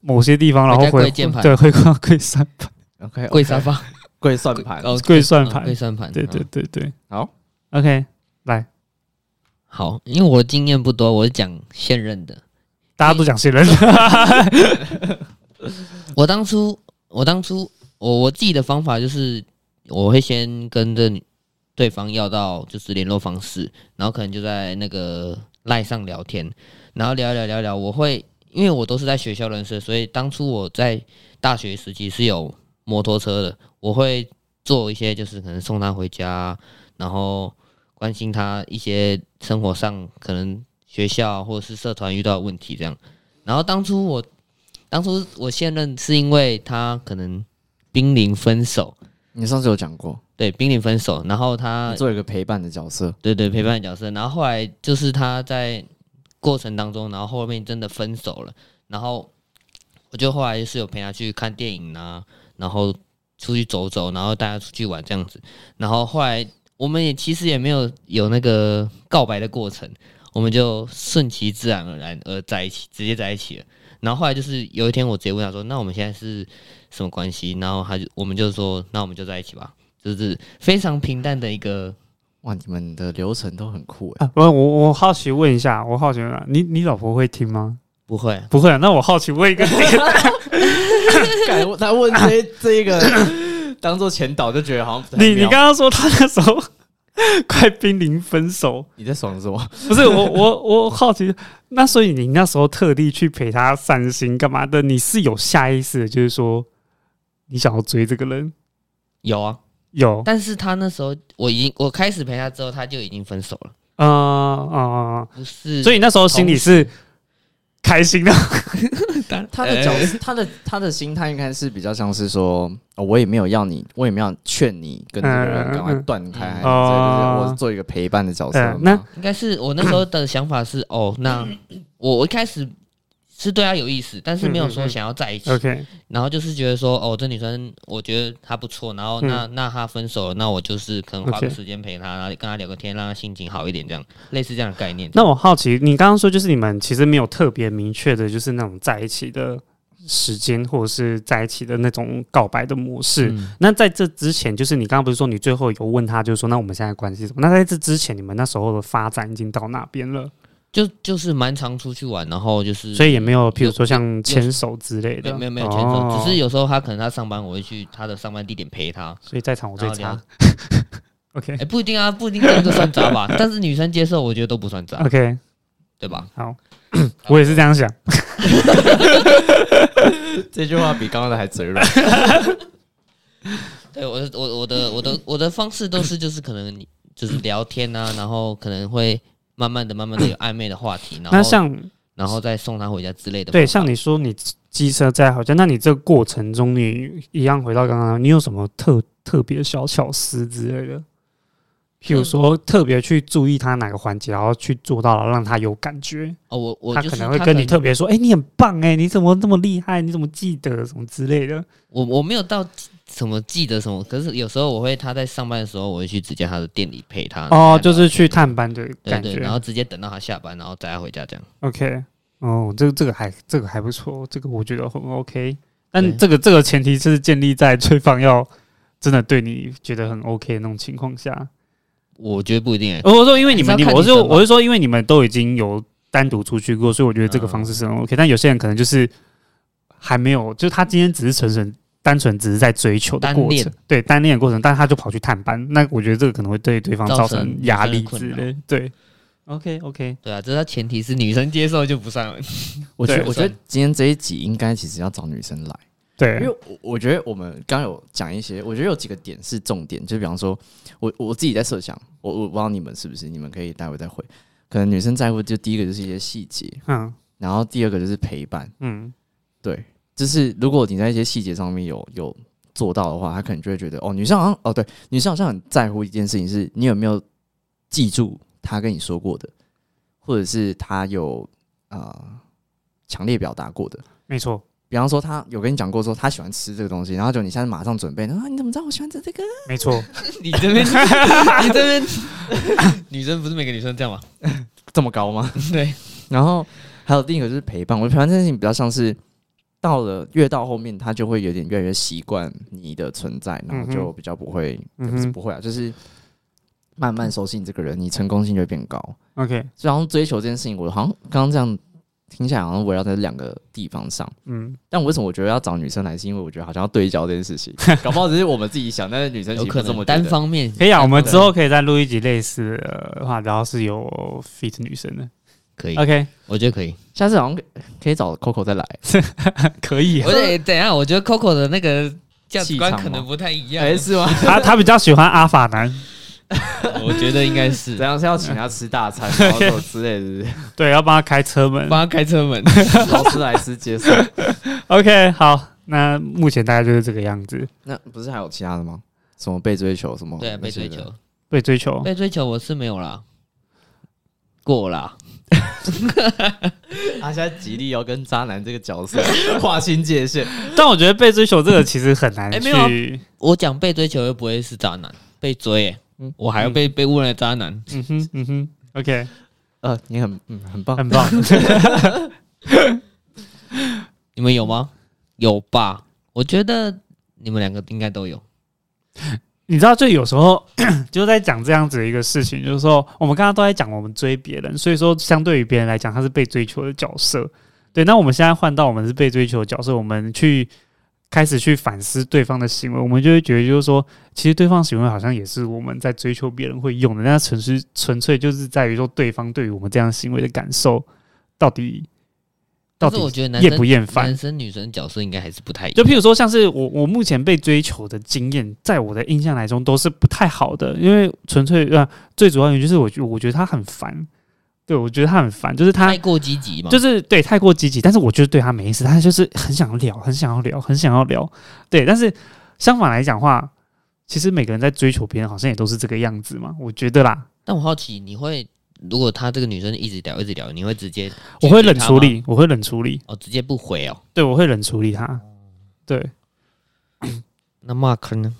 Speaker 3: 某些地方，然后
Speaker 2: 回家
Speaker 3: 回
Speaker 2: 跪键盘
Speaker 3: 对回到 跪算盘，
Speaker 1: OK，
Speaker 2: 跪沙发，
Speaker 1: 贵算盘，
Speaker 2: 哦
Speaker 3: 跪算
Speaker 2: 哦
Speaker 3: 盘
Speaker 2: 跪算盘，
Speaker 3: 对
Speaker 2: 嗯
Speaker 3: 对对对
Speaker 1: 好
Speaker 3: ，OK，来，
Speaker 2: 好，因为我经验不多，我是讲现任的。
Speaker 3: 大家都讲信任，
Speaker 2: 我当初，我当初，我我自己的方法就是，我会先跟着女对方要到就是联络方式，然后可能就在那个赖上聊天，然后聊一聊聊一聊。我会因为我都是在学校认识的，所以当初我在大学时期是有摩托车的，我会做一些就是可能送她回家，然后关心她一些生活上可能学校或者是社团遇到的问题这样。然后当初我当初我现任是因为他可能濒临分手，
Speaker 1: 你上次有讲过，
Speaker 2: 对，濒临分手，然后他
Speaker 1: 做一个陪伴的角色，
Speaker 2: 对对陪伴的角色，然后后来就是他在过程当中，然后后面真的分手了，然后我就后来是有陪他去看电影啊，然后出去走走，然后大家出去玩这样子，然后后来我们也其实也没有有那个告白的过程，我们就顺其自然而然而在一起，直接在一起了。然后后来就是有一天，我直接问他说：“那我们现在是什么关系？”然后他就我们就说：“那我们就在一起吧。”就是非常平淡的一个
Speaker 1: 哇，你们的流程都很酷 哎，
Speaker 3: 啊我我我好奇问一下，我好奇问一下，你你老婆会听吗？
Speaker 2: 不会啊，
Speaker 3: 不会啊，那我好奇问 一个点，
Speaker 1: 敢问他问这这个 当做前导，就觉得好像不太
Speaker 3: 你你
Speaker 1: 妙
Speaker 3: 刚刚说他那时候快濒临分手，
Speaker 1: 你在爽什么？
Speaker 3: 不是我我我好奇，那所以你那时候特地去陪他散心干嘛的？你是有下意识的，就是说你想要追这个人，
Speaker 2: 有啊，
Speaker 3: 有
Speaker 2: 但是他那时候我已经我开始陪他之后，他就已经分手了，
Speaker 3: 啊啊、
Speaker 2: 不是？
Speaker 3: 所以你那时候心里是开 心的，
Speaker 1: 他的角色，他的他的心态应该是比较像是说，哦我也没有要你，我也没有劝你跟这个人赶快断开，还是
Speaker 2: 嗯
Speaker 1: 怎样
Speaker 3: 嗯
Speaker 1: 就是我是做一个陪伴的角色
Speaker 3: 嗯
Speaker 1: 嘛。
Speaker 3: 那
Speaker 2: 应该是我那时候的想法 是，哦，那我我一开始是对他有意思，但是没有说想要在一起，
Speaker 3: OK，
Speaker 2: 然后就是觉得说，哦，这女生我觉得她不错，然后
Speaker 3: 嗯
Speaker 2: 那、那她分手了，那我就是可能花个
Speaker 3: OK
Speaker 2: 时间陪她，然后跟她聊个天，让她心情好一点，这样类似这样的概念。
Speaker 3: 那我好奇，你刚刚说就是你们其实没有特别明确的，就是那种在一起的时间，或者是在一起的那种告白的模式。
Speaker 2: 嗯
Speaker 3: 那在这之前，就是你刚刚不是说你最后有问他，就是说那我们现在关系是什么？那在这之前，你们那时候的发展已经到哪边了？
Speaker 2: 就就是蛮常出去玩，然后就是
Speaker 3: 所以也没有，譬如说像牵手之类
Speaker 2: 没嗯
Speaker 3: 的，
Speaker 2: 有没有没有牵手，
Speaker 3: 哦
Speaker 2: 只是有时候她可能她上班，我会去她的上班地点陪她。
Speaker 3: 所以在场我最
Speaker 2: 然后聊
Speaker 3: 差。OK
Speaker 2: 哎、不一定啊，不一定这样就算渣 吧。但是女生接受，我觉得都不算渣，
Speaker 3: OK，
Speaker 2: 对吧？
Speaker 3: 好，我也是这样想。
Speaker 1: 这句话比刚刚的还嘴软。
Speaker 2: 对我的我我的我的我的方式都是就是可能就是聊天啊，然后可能会慢慢的慢慢的有暧昧的话题，然后
Speaker 3: 那像
Speaker 2: 然后再送她回家之类的方法。
Speaker 3: 对，像你说你机车在好像，那你这个过程中，你一样回到刚刚，你有什么特特别小巧思之类的？譬如说，特别去注意他哪个环节，然后去做到了让他有感觉，
Speaker 2: 哦，我我
Speaker 3: 他
Speaker 2: 就是
Speaker 3: 可能会跟你
Speaker 2: 可能
Speaker 3: 特别说：“哎、你很棒哎、你怎么那么厉害？你怎么记得什么之类的
Speaker 2: 我我没有到什么记得什么，可是有时候我会她在上班的时候，我会去直接她的店里陪她。？”
Speaker 3: 哦，就是去探班的
Speaker 2: 对
Speaker 3: 感觉。
Speaker 2: 对，然后直接等到她下班，然后载她回家这样。
Speaker 3: OK，哦，这个这个还这个还不错，这个我觉得很 OK。但
Speaker 2: 对
Speaker 3: 这个这个前提是建立在对方要真的对你觉得很 OK 的那种情况下。
Speaker 2: 我觉得不一定、欸，
Speaker 3: 哦我说，因为你们，
Speaker 2: 还是要看
Speaker 3: 我是
Speaker 2: 女
Speaker 3: 说
Speaker 2: 生吧
Speaker 3: 我是说，因为你们都已经有单独出去过，所以我觉得这个方式是很 OK、但有些人可能就是还没有，就是他今天只是纯纯单纯只是在追求的
Speaker 2: 单
Speaker 3: 过程
Speaker 2: 恋，
Speaker 3: 对单恋的过程，但他就跑去探班，那我觉得这个可能会对对方
Speaker 2: 造
Speaker 3: 造
Speaker 2: 成
Speaker 3: 成
Speaker 2: 女
Speaker 3: 压
Speaker 2: 生的
Speaker 3: 力
Speaker 2: 困
Speaker 3: 之
Speaker 2: 扰
Speaker 3: 类。对，OK OK，
Speaker 2: 对啊，这是他前提是女生接受就不算
Speaker 1: 我觉
Speaker 3: 对
Speaker 1: 得我觉得今天这一集应该其实要找女生来，因为
Speaker 3: 对，
Speaker 1: 我我觉得我们刚刚有讲一些，我觉得有几个点是重点，就比方说，我我自己在设想，我我不知道你们是不是，你们可以待会再回。可能女生在乎就第一个就是一些细节，
Speaker 3: 嗯
Speaker 1: 然后第二个就是陪伴。
Speaker 3: 嗯，
Speaker 1: 对，就是如果你在一些细节上面有有做到的话，他可能就会觉得哦，女生好像哦，对，女生好像很在乎一件事情是，你有没有记住她跟你说过的，或者是她有啊强、烈表达过的。
Speaker 3: 没错，
Speaker 1: 比方说，她有跟你讲过说她喜欢吃这个东西，然后就你现在马上准备，啊，你怎么知道我喜欢吃这个？
Speaker 3: 没错，
Speaker 2: 你这 边，你这边， 女生不是每个女生这样吗？
Speaker 1: 这么高吗？
Speaker 2: 对，
Speaker 1: 然后还有另一个就是陪伴，我觉得陪伴这件事情比较像是到了越到后面，他就会有点越来越习惯你的存在，然
Speaker 3: 嗯
Speaker 1: 后
Speaker 3: 哼
Speaker 1: 就比较不会，也
Speaker 3: 嗯
Speaker 1: 不是
Speaker 3: 哼
Speaker 1: 不会啊，就是慢慢熟悉你这个人，你成功性就会变高。
Speaker 3: ，OK，
Speaker 1: 所以好像追求这件事情，我好像刚刚这样听起来，好像围绕在两个地方上。
Speaker 3: 嗯，
Speaker 1: 但为什么我觉得要找女生来，是因为我觉得好像要对焦这件事情，搞不好只是我们自己想，但是女生
Speaker 2: 有
Speaker 1: 其实
Speaker 2: 可
Speaker 1: 不这
Speaker 2: 能
Speaker 1: 么
Speaker 2: 单
Speaker 1: 觉得。
Speaker 2: 方面
Speaker 3: 可以啊，我们
Speaker 2: 单
Speaker 3: 之
Speaker 2: 方面
Speaker 3: 后可以再录一集类似的话，然后是有 fit 女生的
Speaker 2: 可以，
Speaker 3: ，OK，
Speaker 2: 我觉得可以。
Speaker 1: 下次好像可以可以找 Coco 再来，
Speaker 3: 可以啊
Speaker 2: 我，得等一下，我觉得 Coco 的那个价值观
Speaker 1: 气场吗
Speaker 2: 可能不太一 样，
Speaker 1: 哎、是吗？
Speaker 3: 他他比较喜欢阿法男，
Speaker 2: 我觉得应该是
Speaker 1: 怎样是要请她吃大 餐，然后什么之类的，
Speaker 3: 对，要帮他开车门
Speaker 2: 帮他开车门。
Speaker 1: 劳斯莱斯接送。
Speaker 3: ，OK，好，那目前大概就是这个样子，
Speaker 1: 那不是还有其他的吗？什么被追求什么？
Speaker 2: 对，被追求，，
Speaker 3: 被追求，
Speaker 2: 被追求我是没有啦，过啦。
Speaker 1: 他现在极力要跟渣男这个角 色划清界限。
Speaker 3: 但我觉得被追求这个其实很难
Speaker 2: 哎没有啊
Speaker 3: 去，
Speaker 2: 我讲被追求又不会是渣男，被追、欸，
Speaker 1: 嗯
Speaker 2: 我还要被、被误认为渣男。
Speaker 3: 嗯哼，嗯哼，OK，
Speaker 1: 呃，你很嗯很棒，
Speaker 3: 很棒，
Speaker 2: 你们有吗？有吧？我觉得你们两个应该都有。
Speaker 3: 你知道，就有时候 就在讲这样子的一个事情，就是说我们刚刚都在讲我们追别人，所以说相对于别人来讲，他是被追求的角色。对，那我们现在换到我们是被追求的角色，我们去开始去反思对方的行为，我们就会觉得就是说，其实对方行为好像也是我们在追求别人会用的，那纯粹纯粹就是在于说对方对于我们这样行为的感受到底到
Speaker 2: 但是我
Speaker 3: 底
Speaker 2: 觉得男
Speaker 3: 厌不
Speaker 2: 生
Speaker 3: 厌烦
Speaker 2: 男。生女生角色应该还是不太一
Speaker 3: 就
Speaker 2: 样。
Speaker 3: 譬如说，像是我我目前被追求的经验，在我的印象来中都是不太好的，因为纯粹呃，最主要原因就是我觉我觉得他很烦，对我觉得他很烦，就是他
Speaker 2: 太过积极嘛，
Speaker 3: 就是对太过积极，但是我就是对他没意思，他就是很想聊，很想要聊，很想要聊，对，但是相反来讲话，其实每个人在追求别人好像也都是这个样子嘛，我觉得啦，
Speaker 2: 但我好奇，你会如果她这个女生一直聊一直聊，你会直接
Speaker 3: 我会冷
Speaker 2: 拒绝她
Speaker 3: 处
Speaker 2: 吗
Speaker 3: 理，我会冷处理，
Speaker 2: 哦，直接不回哦。
Speaker 3: 对我会冷处理他，对
Speaker 2: 那 Mark 呢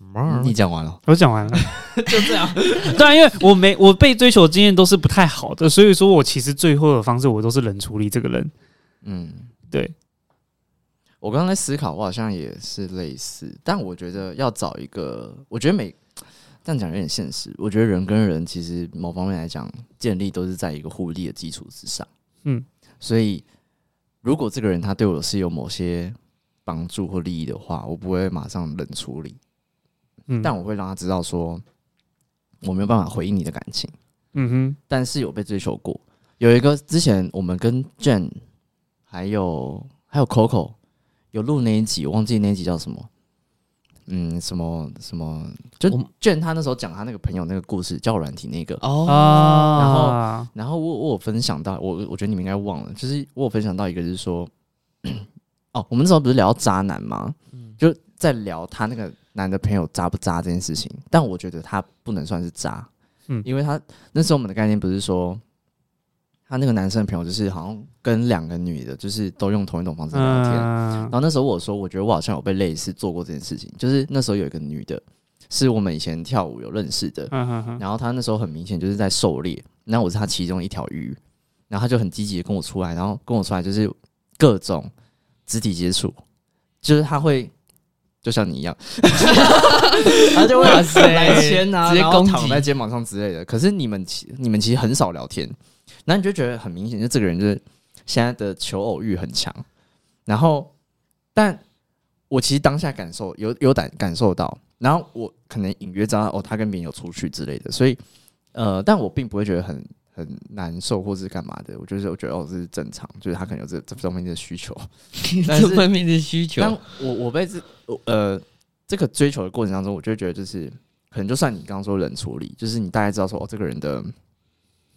Speaker 2: ？Mark
Speaker 1: 你讲完了，
Speaker 3: 我讲完了。
Speaker 1: 就这样。
Speaker 3: 对啊，因为我没我被追求的经验都是不太好的，所以说我其实最后的方式我都是冷处理这个人。
Speaker 1: 嗯，
Speaker 3: 对。
Speaker 1: 我刚刚在思考，我好像也是类似，但我觉得要找一个，我觉得每这样讲有点现实。我觉得人跟人其实某方面来讲，建立都是在一个互利的基础之上。
Speaker 3: 嗯，
Speaker 1: 所以如果这个人他对我是有某些帮助或利益的话，我不会马上冷处理，
Speaker 3: 嗯，
Speaker 1: 但我会让他知道说我没有办法回应你的感情。
Speaker 3: 嗯
Speaker 1: 但是有被追求过。有一个之前我们跟 Jane 还有还有 Coco 有录那一集，我忘记那一集叫什么。嗯，什么什么，就
Speaker 2: 我们
Speaker 1: Jane 她那时候讲她那个朋友那个故事，叫软体那个。
Speaker 3: 哼，
Speaker 2: 哦，
Speaker 3: 啊，
Speaker 1: 然后然后我我有分享到，我我觉得你们应该忘了，就是我有分享到一个，就是说， 哦，我们那时候不是聊渣男吗？就在聊他那个男的朋友渣不渣这件事情，但我觉得他不能算是渣，
Speaker 3: 嗯
Speaker 1: 因为他那时候我们的概念不是说，他那个男生的朋友就是好像跟两个女的，就是都用同一种方式聊天，
Speaker 3: 嗯
Speaker 1: 然，后那时候我说，我觉得我好像有被类似做过这件事情，就是那时候有一个女的，是我们以前跳舞有认识的，
Speaker 3: 嗯哼哼，
Speaker 1: 然后他那时候很明显就是在狩猎，那我是他其中一条鱼，然后他就很积极的跟我出来，然后跟我出来就是各种肢体接触，就是他会就像你一 样，他就会
Speaker 2: 哇塞
Speaker 1: 来牵啊，
Speaker 2: 直接
Speaker 1: 然后
Speaker 2: 攻击
Speaker 1: 躺在肩膀上之类的。可是你们其你们其实很少聊天，然后你就觉得很明显，就这个人就是现在的求偶欲很强，然后但我其实当下感受有有感感受到，然后我可能隐约知道哦，他跟别人有出去之类的，所以呃，但我并不会觉得很很难受或是干嘛的，我就是我觉得哦，这是正常，就是他可能有这这方面的需求。但是
Speaker 2: 这方面的需求
Speaker 1: 但我我被这我呃这个追求的过程当中，我就会觉得就是可能就算你刚刚说冷处理，就是你大概知道说哦，这个人的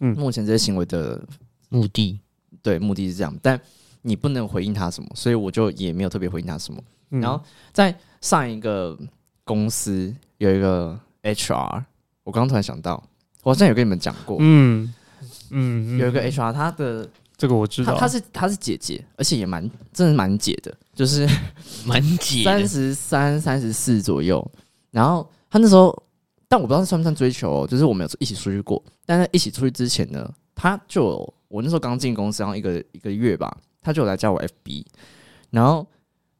Speaker 3: 嗯
Speaker 1: 目前这些行为的
Speaker 2: 目的，
Speaker 1: 对目的是这样，但你不能回应他什么，所以我就也没有特别回应他什么。
Speaker 3: 嗯
Speaker 1: 然后在上一个公司有一个 HR，我刚刚突然想到，我好像有跟你们讲过，
Speaker 3: 嗯嗯，嗯
Speaker 1: 有一个 HR，他的
Speaker 3: 这个我知
Speaker 1: 他
Speaker 3: 道，
Speaker 1: 他是他是姐姐，而且也蛮真的蛮姐的，就是
Speaker 2: 蛮解
Speaker 1: 三
Speaker 2: 的。
Speaker 1: 十三、三十四左右。然后他那时候，但我不知道算不算追求、哦，就是我们有一起出去过，但在一起出去之前呢，他就有我那时候刚进公司，然后一个一个月吧，他就有来加我 FB，然后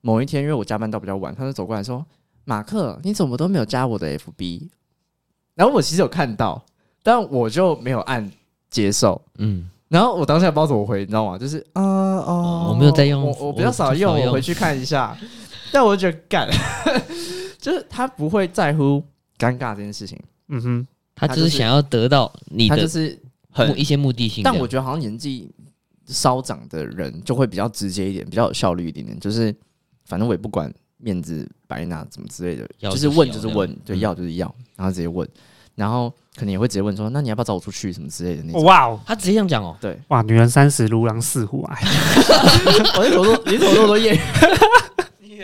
Speaker 1: 某一天因为我加班到比较晚，他就走过来说：“马克，你怎么都没有加我的 FB？” 然后我其实有看到，但我就没有按接受。
Speaker 2: 嗯，
Speaker 1: 然后我当下不知道怎么回，你知道吗？就是啊、哦，
Speaker 2: 我没有在用
Speaker 1: 我我比较少用，
Speaker 2: 我比较少用
Speaker 1: 我回去看一下。 但我就觉得干， 就是他不会在乎尴尬这件事情，
Speaker 3: 嗯哼，
Speaker 2: 他
Speaker 1: 他
Speaker 2: 只
Speaker 1: 就是是
Speaker 2: 想要得到你
Speaker 1: 他就
Speaker 2: 的
Speaker 1: 是
Speaker 2: 目
Speaker 1: 很
Speaker 2: 一些目的性这样。
Speaker 1: 但我觉得好像年纪稍长的人就会比较直接一点，比较有效率一点点，就是反正我也不管面子白拿怎么之类的，
Speaker 2: 要
Speaker 1: 就
Speaker 2: 就是
Speaker 1: 是问就是
Speaker 2: 要
Speaker 1: 问
Speaker 2: 这样，
Speaker 1: 对，
Speaker 2: 嗯
Speaker 1: 要就是要，然后直接问，然后可能也会直接问说，那你要不要找我出去什么之类的那种。
Speaker 3: 哇哦，
Speaker 2: 他直接这样讲哦，
Speaker 1: 对，
Speaker 3: 哇，女人三十如狼似虎啊，
Speaker 1: 我你怎么说？你怎么那么多 谚语？你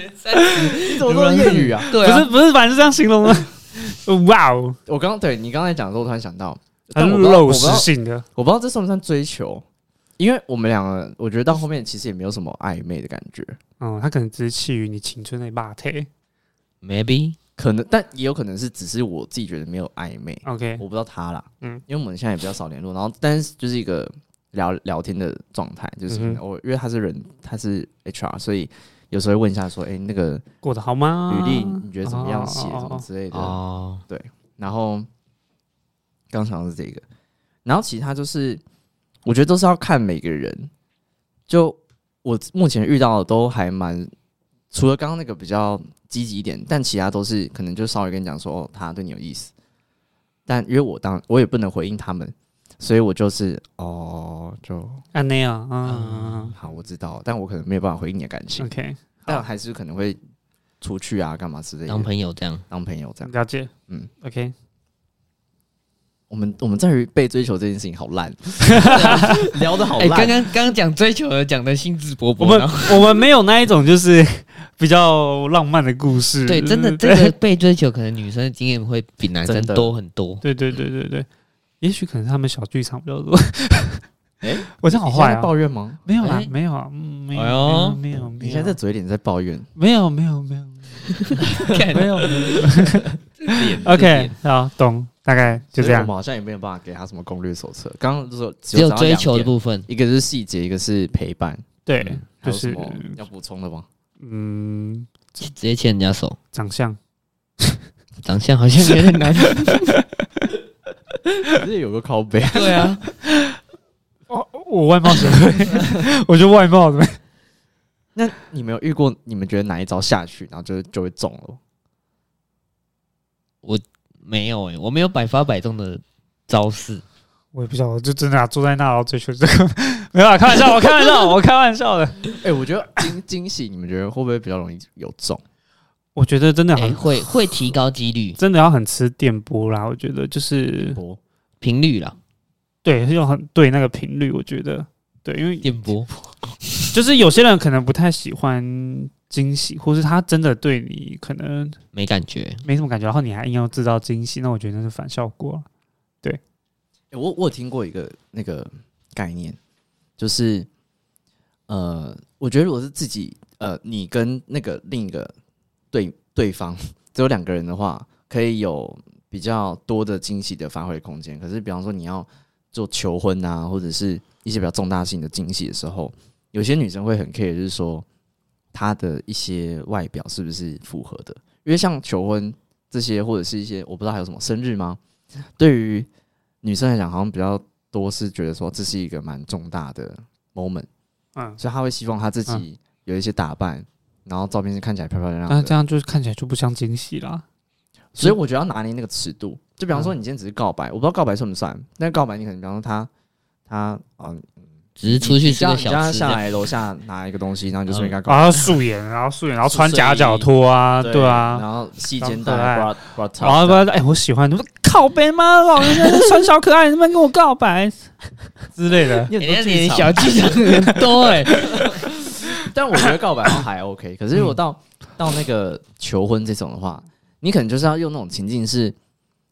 Speaker 1: 怎么那么多谚语啊？
Speaker 2: 对
Speaker 3: 不
Speaker 2: 啊
Speaker 3: 是，不是，反正是这样形 容的。哇哦，
Speaker 1: 我刚对你刚才讲的时候，我突然想到，但
Speaker 3: 很
Speaker 1: 我不知道，我
Speaker 3: 肉
Speaker 1: 不知
Speaker 3: 食
Speaker 1: 道
Speaker 3: 性的，
Speaker 1: 我不知道这算不算追求，因为我们两个，我觉得到后面其实也没有什么暧昧的感觉，
Speaker 3: 嗯，他可能只是气于你青春的霸体。
Speaker 2: ，maybe
Speaker 1: 可能，但也有可能是只是我自己觉得没有暧昧，
Speaker 3: OK，
Speaker 1: 我不知道他啦，
Speaker 3: 嗯
Speaker 1: 嗯，因为我们现在也比较少联络，然后但是就是一个聊聊天的状态，就是
Speaker 3: 嗯哼
Speaker 1: 我、因为他是人，他是 HR，所以有时候会问一下说，哎、那个
Speaker 3: 过得好吗？
Speaker 1: 履历你觉得怎么样写
Speaker 3: 哦
Speaker 1: 什么之类的，
Speaker 2: 哦，
Speaker 1: 然后刚想的是这个，然后其他就是我觉得都是要看每个人。就我目前遇到的都还蛮，除了刚刚那个比较积极一点，但其他都是可能就稍微跟你讲说哦，他对你有意思，但因为我当我也不能回应他们，所以我就是哦，就
Speaker 3: 啊那样啊
Speaker 1: 好我知道，但我可能没有办法回应你的感情，
Speaker 3: ，OK，
Speaker 1: 但还是可能会出去啊，干嘛之类的
Speaker 2: 当，朋友这 样，
Speaker 1: 当朋友这样。
Speaker 3: 了解，嗯
Speaker 1: 嗯
Speaker 3: ，OK，
Speaker 1: 我们我们在于被追求这件事情好 烂，聊的好
Speaker 2: 哎，
Speaker 1: 烂。
Speaker 2: 刚刚刚刚讲追求的讲的兴致勃勃，
Speaker 3: 我们
Speaker 2: 然后
Speaker 3: 我们没有那一种就是比较浪漫的故事，
Speaker 1: 嗯
Speaker 2: 对，真 的这个被追求，可能女生的经验会比男生
Speaker 1: 真的
Speaker 2: 多很 多。
Speaker 3: 对对对对对，也许可能他们小剧场比较多。
Speaker 1: 哎
Speaker 3: 我这样好坏啊？
Speaker 1: 抱怨吗？
Speaker 3: 没有啦
Speaker 2: 哎，
Speaker 3: 没有啊，嗯没有，
Speaker 2: 哎呦
Speaker 3: 没有，没
Speaker 1: 你
Speaker 3: 有，
Speaker 1: 现在嘴脸在抱怨，
Speaker 3: 没有没有没有
Speaker 2: 看
Speaker 3: 没有没有，OK，好，懂，大概就
Speaker 1: 所
Speaker 3: 这
Speaker 1: 以我
Speaker 3: 样
Speaker 1: 们。好像也没有办法给他什么攻略手册。刚刚就说只
Speaker 2: 只有追
Speaker 1: 讲到
Speaker 2: 求的
Speaker 1: 两点，
Speaker 2: 部分，
Speaker 1: 一个是细节，一个是陪伴，
Speaker 3: 对
Speaker 1: 嗯，还
Speaker 3: 就
Speaker 1: 有什
Speaker 3: 是
Speaker 1: 么要补充的吗？
Speaker 3: 嗯，
Speaker 2: 直接牵人家手，
Speaker 3: 长相
Speaker 2: 长相好像 有点难。
Speaker 1: 这有个靠背，
Speaker 2: 对啊，
Speaker 3: 哦，我外貌协会，我就外貌怎么样？
Speaker 1: 那 你没有遇过？你们觉得哪一招下去，然后就就会中了？
Speaker 2: 没有哎、我没有百发百中的招式。
Speaker 3: 我也不晓得，我就真的、啊、坐在那然后追求这个， 没有啊，开玩笑，我开玩 笑，我开玩笑的。
Speaker 1: 哎、我觉得惊惊喜，你们觉得会不会比较容易有中？
Speaker 3: 我觉得真 的
Speaker 2: 哎、
Speaker 3: 很、
Speaker 2: 会会提高几率
Speaker 3: 真的要很吃电波啦，我觉得就是
Speaker 1: 我
Speaker 2: 频率啦，
Speaker 3: 对，要很对那个频率，我觉得对，因为
Speaker 2: 电波
Speaker 3: 就是有些人可能不太喜欢惊喜，或是他真的对你可能
Speaker 2: 没感觉。
Speaker 3: 没什么感觉，然后你还硬要制造惊喜，那我觉得那是反效果。
Speaker 1: 欸我我有听过一个那个概念，就是呃，我觉得如果是自己呃，你跟那个另一个对对方 只有两个人的话，可以有比较多的惊喜的发挥空间。可是，比方说你要做求婚啊，或者是一些比较重大性的惊喜的时候，有些女生会很 care，就是说她的一些外表是不是符合的，因为像求婚这些，或者是一些我不知道还有什么生日吗？对于女生来讲，好像比较多是觉得说这是一个蛮重大的 moment，
Speaker 3: 嗯，
Speaker 1: 所以她会希望她自己有一些打扮，然后照片是看起来漂漂亮亮
Speaker 3: 那嗯啊这
Speaker 1: 的。
Speaker 3: 样就看起来就不像惊喜啦。
Speaker 1: 所以我觉得要拿捏那个尺度。就比方说，
Speaker 3: 嗯
Speaker 1: 你今天只是告白，我不知道告白算不算，但告白你可能比方说她她啊，
Speaker 2: 只是出去
Speaker 1: 你
Speaker 2: 吃
Speaker 1: 叫
Speaker 2: 个
Speaker 1: 你叫她
Speaker 2: 小吃这
Speaker 1: 下
Speaker 2: 样，
Speaker 1: 来楼下拿一个东西，然后你就
Speaker 3: 嗯
Speaker 1: 顺便跟她告白。
Speaker 3: 然后啊素颜，然后素颜，然后穿夹脚拖啊，对啊，
Speaker 1: 然后细
Speaker 3: 然后
Speaker 1: 肩
Speaker 3: 可爱
Speaker 1: 带，bra bra
Speaker 3: 然后
Speaker 1: top，
Speaker 3: 不然，哎，我喜欢，你说靠背吗？老人家是穿小可爱，你们跟我告白之类的。
Speaker 1: 你很
Speaker 2: 人
Speaker 1: 多
Speaker 2: 家
Speaker 1: 技
Speaker 2: 连
Speaker 1: 巧
Speaker 2: 哎小剧场很多 哎、
Speaker 1: 但我觉得告白好像还 OK，可是如果到、到那个求婚这种的话，你可能就是要用那种情境是，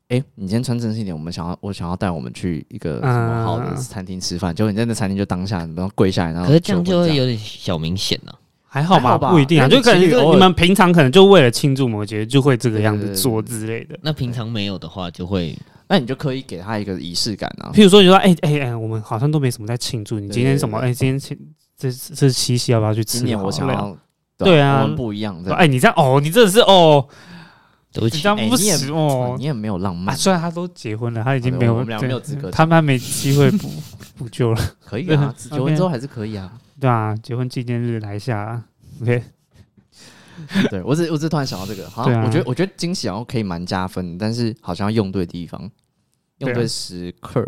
Speaker 1: 哎、你今天穿正式一点，我们想要我想要带我们去一个什么好的
Speaker 3: 嗯
Speaker 1: 餐厅吃饭，结果你在那餐厅就当下，然后跪下来，然后
Speaker 2: 可是这样
Speaker 1: 求
Speaker 2: 就
Speaker 1: 婚
Speaker 2: 会有点小明显啊了、
Speaker 3: 还好
Speaker 1: 还
Speaker 3: 吧，
Speaker 1: 好吧
Speaker 3: 不一定啊，
Speaker 1: 因为
Speaker 3: 就可能
Speaker 1: 情侣偶
Speaker 3: 就
Speaker 1: 尔
Speaker 3: 你们平常可能就为了庆祝某节就会这个样
Speaker 1: 对
Speaker 3: 子
Speaker 1: 对对
Speaker 3: 做之类的。
Speaker 2: 那平常没有的话，就会
Speaker 1: 那你就可以给他一个仪式感啊。
Speaker 3: 譬如说，你说哎哎哎，我们好像都没什么在庆祝，你今天什么？
Speaker 1: 对
Speaker 3: 哎，今天庆这这七夕要不要去吃？
Speaker 1: 今年我想
Speaker 3: 好累哦
Speaker 1: 要，
Speaker 3: 对啊
Speaker 1: 我们不一样的。
Speaker 3: 哎，你这样哦，你真的是哦，
Speaker 2: 对不
Speaker 3: 你
Speaker 2: 起
Speaker 3: 这，样
Speaker 1: 哎
Speaker 3: 不
Speaker 1: 你也
Speaker 3: 行
Speaker 1: 哦
Speaker 3: 哦
Speaker 1: 你。也没有浪
Speaker 3: 啊，
Speaker 1: 漫，
Speaker 3: 虽然他都结婚了，他已经
Speaker 1: 好的
Speaker 3: 没有，
Speaker 1: 我们俩
Speaker 3: 对
Speaker 1: 没有资格
Speaker 3: 他们还没机会补 补救了，
Speaker 1: 可以啊，
Speaker 3: 对
Speaker 1: 结婚之后还是可以啊。
Speaker 3: 对啊，结婚纪念日来一下，OK，啊
Speaker 1: 对我只我只突然想到这个，好
Speaker 3: 对
Speaker 1: 像
Speaker 3: 啊
Speaker 1: 我觉得我觉得惊喜好像可以蛮加分的，但是好像要用对地方，用
Speaker 3: 对
Speaker 1: 对
Speaker 3: 啊
Speaker 1: 时刻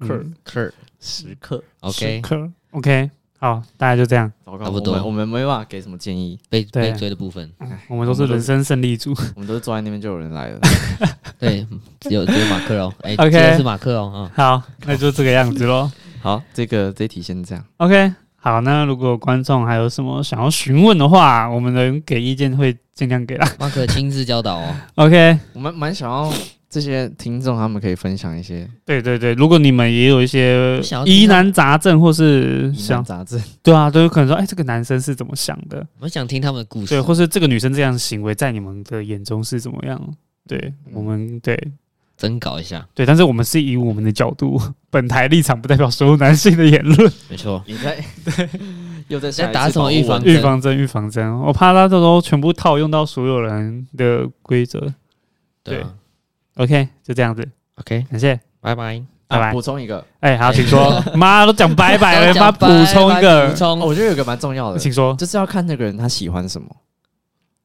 Speaker 1: 刻
Speaker 3: 嗯
Speaker 2: 克
Speaker 1: 时刻。
Speaker 2: ，OK，
Speaker 3: 可 OK，好，大家就这样，
Speaker 1: 糟糕
Speaker 2: 差不多
Speaker 1: 我们我们没办法给什么建议，
Speaker 2: 被
Speaker 3: 对
Speaker 2: 被追的部分，
Speaker 3: 我们都是
Speaker 1: 我们都
Speaker 3: 人生胜利组，
Speaker 1: 我们都是坐在那边就有人来了。
Speaker 2: 对，只有只有马克哦，哎，
Speaker 3: OK
Speaker 2: 记得是马克哦，啊，
Speaker 3: 好，那就这个样子喽。
Speaker 1: 好，这个这一题先这样。
Speaker 3: OK，好，那如果观众还有什么想要询问的话，我们能给意见会尽量给啦。
Speaker 2: 马克亲自教导哦，
Speaker 3: OK，
Speaker 1: 我们蛮想要这些听众他们可以分享一些
Speaker 3: 对对对，如果你们也有一些
Speaker 2: 想要
Speaker 3: 疑
Speaker 2: 听到
Speaker 3: 难杂症，或
Speaker 1: 疑
Speaker 3: 是
Speaker 1: 难
Speaker 3: 想
Speaker 1: 杂症，
Speaker 3: 对啊，都有可能说，哎，这个男生是怎么想的？
Speaker 2: 我想听他们的故
Speaker 3: 对，
Speaker 2: 事，
Speaker 3: 或是这个女生这样的行为在你们的眼中是怎么样？对我们对
Speaker 2: 征稿一下，
Speaker 3: 对，但是我们是以我们的角度， 本台立场不代表所有男性的言论。
Speaker 2: 没错，
Speaker 1: 你 在又在
Speaker 2: 在打什么预防
Speaker 1: 针？
Speaker 3: 预防针，预防针，我怕他到时候全部套用到所有人的规则。
Speaker 2: 对啊
Speaker 3: OK，就这样子，
Speaker 2: ，OK，
Speaker 3: 感谢，
Speaker 2: 拜拜。
Speaker 3: 拜
Speaker 1: 啊
Speaker 3: 拜
Speaker 1: 补。充一个，
Speaker 3: 哎、好，请 说。妈都讲拜拜了，
Speaker 2: 都讲
Speaker 3: 妈补充
Speaker 2: 拜
Speaker 3: 一
Speaker 2: 拜补
Speaker 3: 个，
Speaker 1: 哦
Speaker 2: 充，
Speaker 1: 我觉得有一个蛮重要的，
Speaker 3: 请说。
Speaker 1: 就是要看那个人他喜欢什么，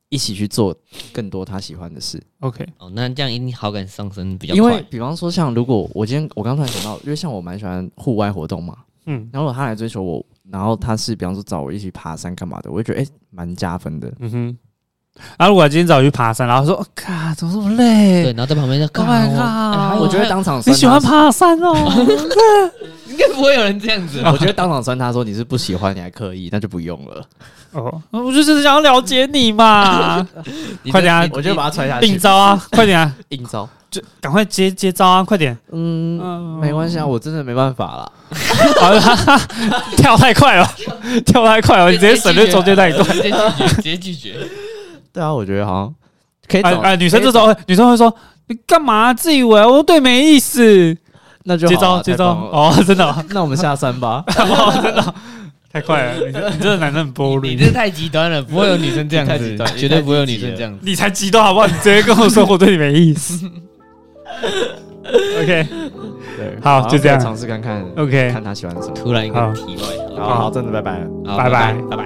Speaker 1: 一起去做更多他喜欢的事。
Speaker 3: OK，
Speaker 2: 哦，那这样一定好感上升比较
Speaker 1: 因为
Speaker 2: 快。
Speaker 1: 比方说，像如果我今天我刚突然想到，因为像我蛮喜欢户外活动嘛，
Speaker 3: 嗯
Speaker 1: 然后如果他来追求我，然后他是比方说找我一起爬山干嘛的，我就觉得哎蛮、加分的。
Speaker 3: 嗯哼。啊，如果今天早上去爬山，然后说，哦嘎、怎么这么累？
Speaker 2: 对，然后在旁边就
Speaker 3: Oh
Speaker 2: 干
Speaker 3: my
Speaker 2: 哎还
Speaker 3: god！
Speaker 2: 有
Speaker 1: 我觉得当场
Speaker 3: 你
Speaker 1: 酸他
Speaker 3: 喜欢，爬山 哦？
Speaker 2: 应该不会有人这样子吧。
Speaker 1: 我觉得当场酸他说你是不喜欢，你还刻意，那就不用了。
Speaker 3: 哦，我就是想要了解你嘛，
Speaker 2: 你
Speaker 3: 快点啊
Speaker 2: 你
Speaker 1: 我就把他踹下去，
Speaker 3: 应招啊，快点啊，
Speaker 1: 硬招。
Speaker 3: 就赶快接接招啊，快点！
Speaker 1: 嗯，
Speaker 3: 嗯，
Speaker 1: 没关系啊，我真的没办法啦。
Speaker 3: 好了，跳太快了，跳太快了，你直接省略中间那一段。
Speaker 2: 直接 拒绝，直接拒绝。
Speaker 1: 对啊，我觉得好像可以
Speaker 3: 哎
Speaker 1: 找
Speaker 3: 哎，女生这
Speaker 1: 可以找
Speaker 3: 时候，女生会说：“你干嘛自以为我对没意思
Speaker 1: 那？”就
Speaker 3: 接
Speaker 1: 好
Speaker 3: 招
Speaker 1: 啊
Speaker 3: 接
Speaker 1: 太
Speaker 3: 招
Speaker 1: 棒了
Speaker 3: 哦，真的哦
Speaker 1: 那我们下山吧。
Speaker 3: 哦 真的哦太快了，你这你这个男生很
Speaker 2: 你
Speaker 3: boring，
Speaker 2: 这太极端了，不会有女生这样
Speaker 1: 你太极端
Speaker 2: 子，
Speaker 1: 你
Speaker 2: 绝对不会有女生这样子。
Speaker 3: 你才极端好不好？你直接跟我说我对你没意思。OK
Speaker 1: 对，
Speaker 3: 好就这样
Speaker 1: 可以尝试看看，
Speaker 3: OK，
Speaker 1: 看他喜欢什么。
Speaker 2: 突然一
Speaker 3: 好
Speaker 2: 个题外
Speaker 1: 好好，真的拜拜了。
Speaker 2: 话，好
Speaker 3: 拜拜
Speaker 2: 拜拜。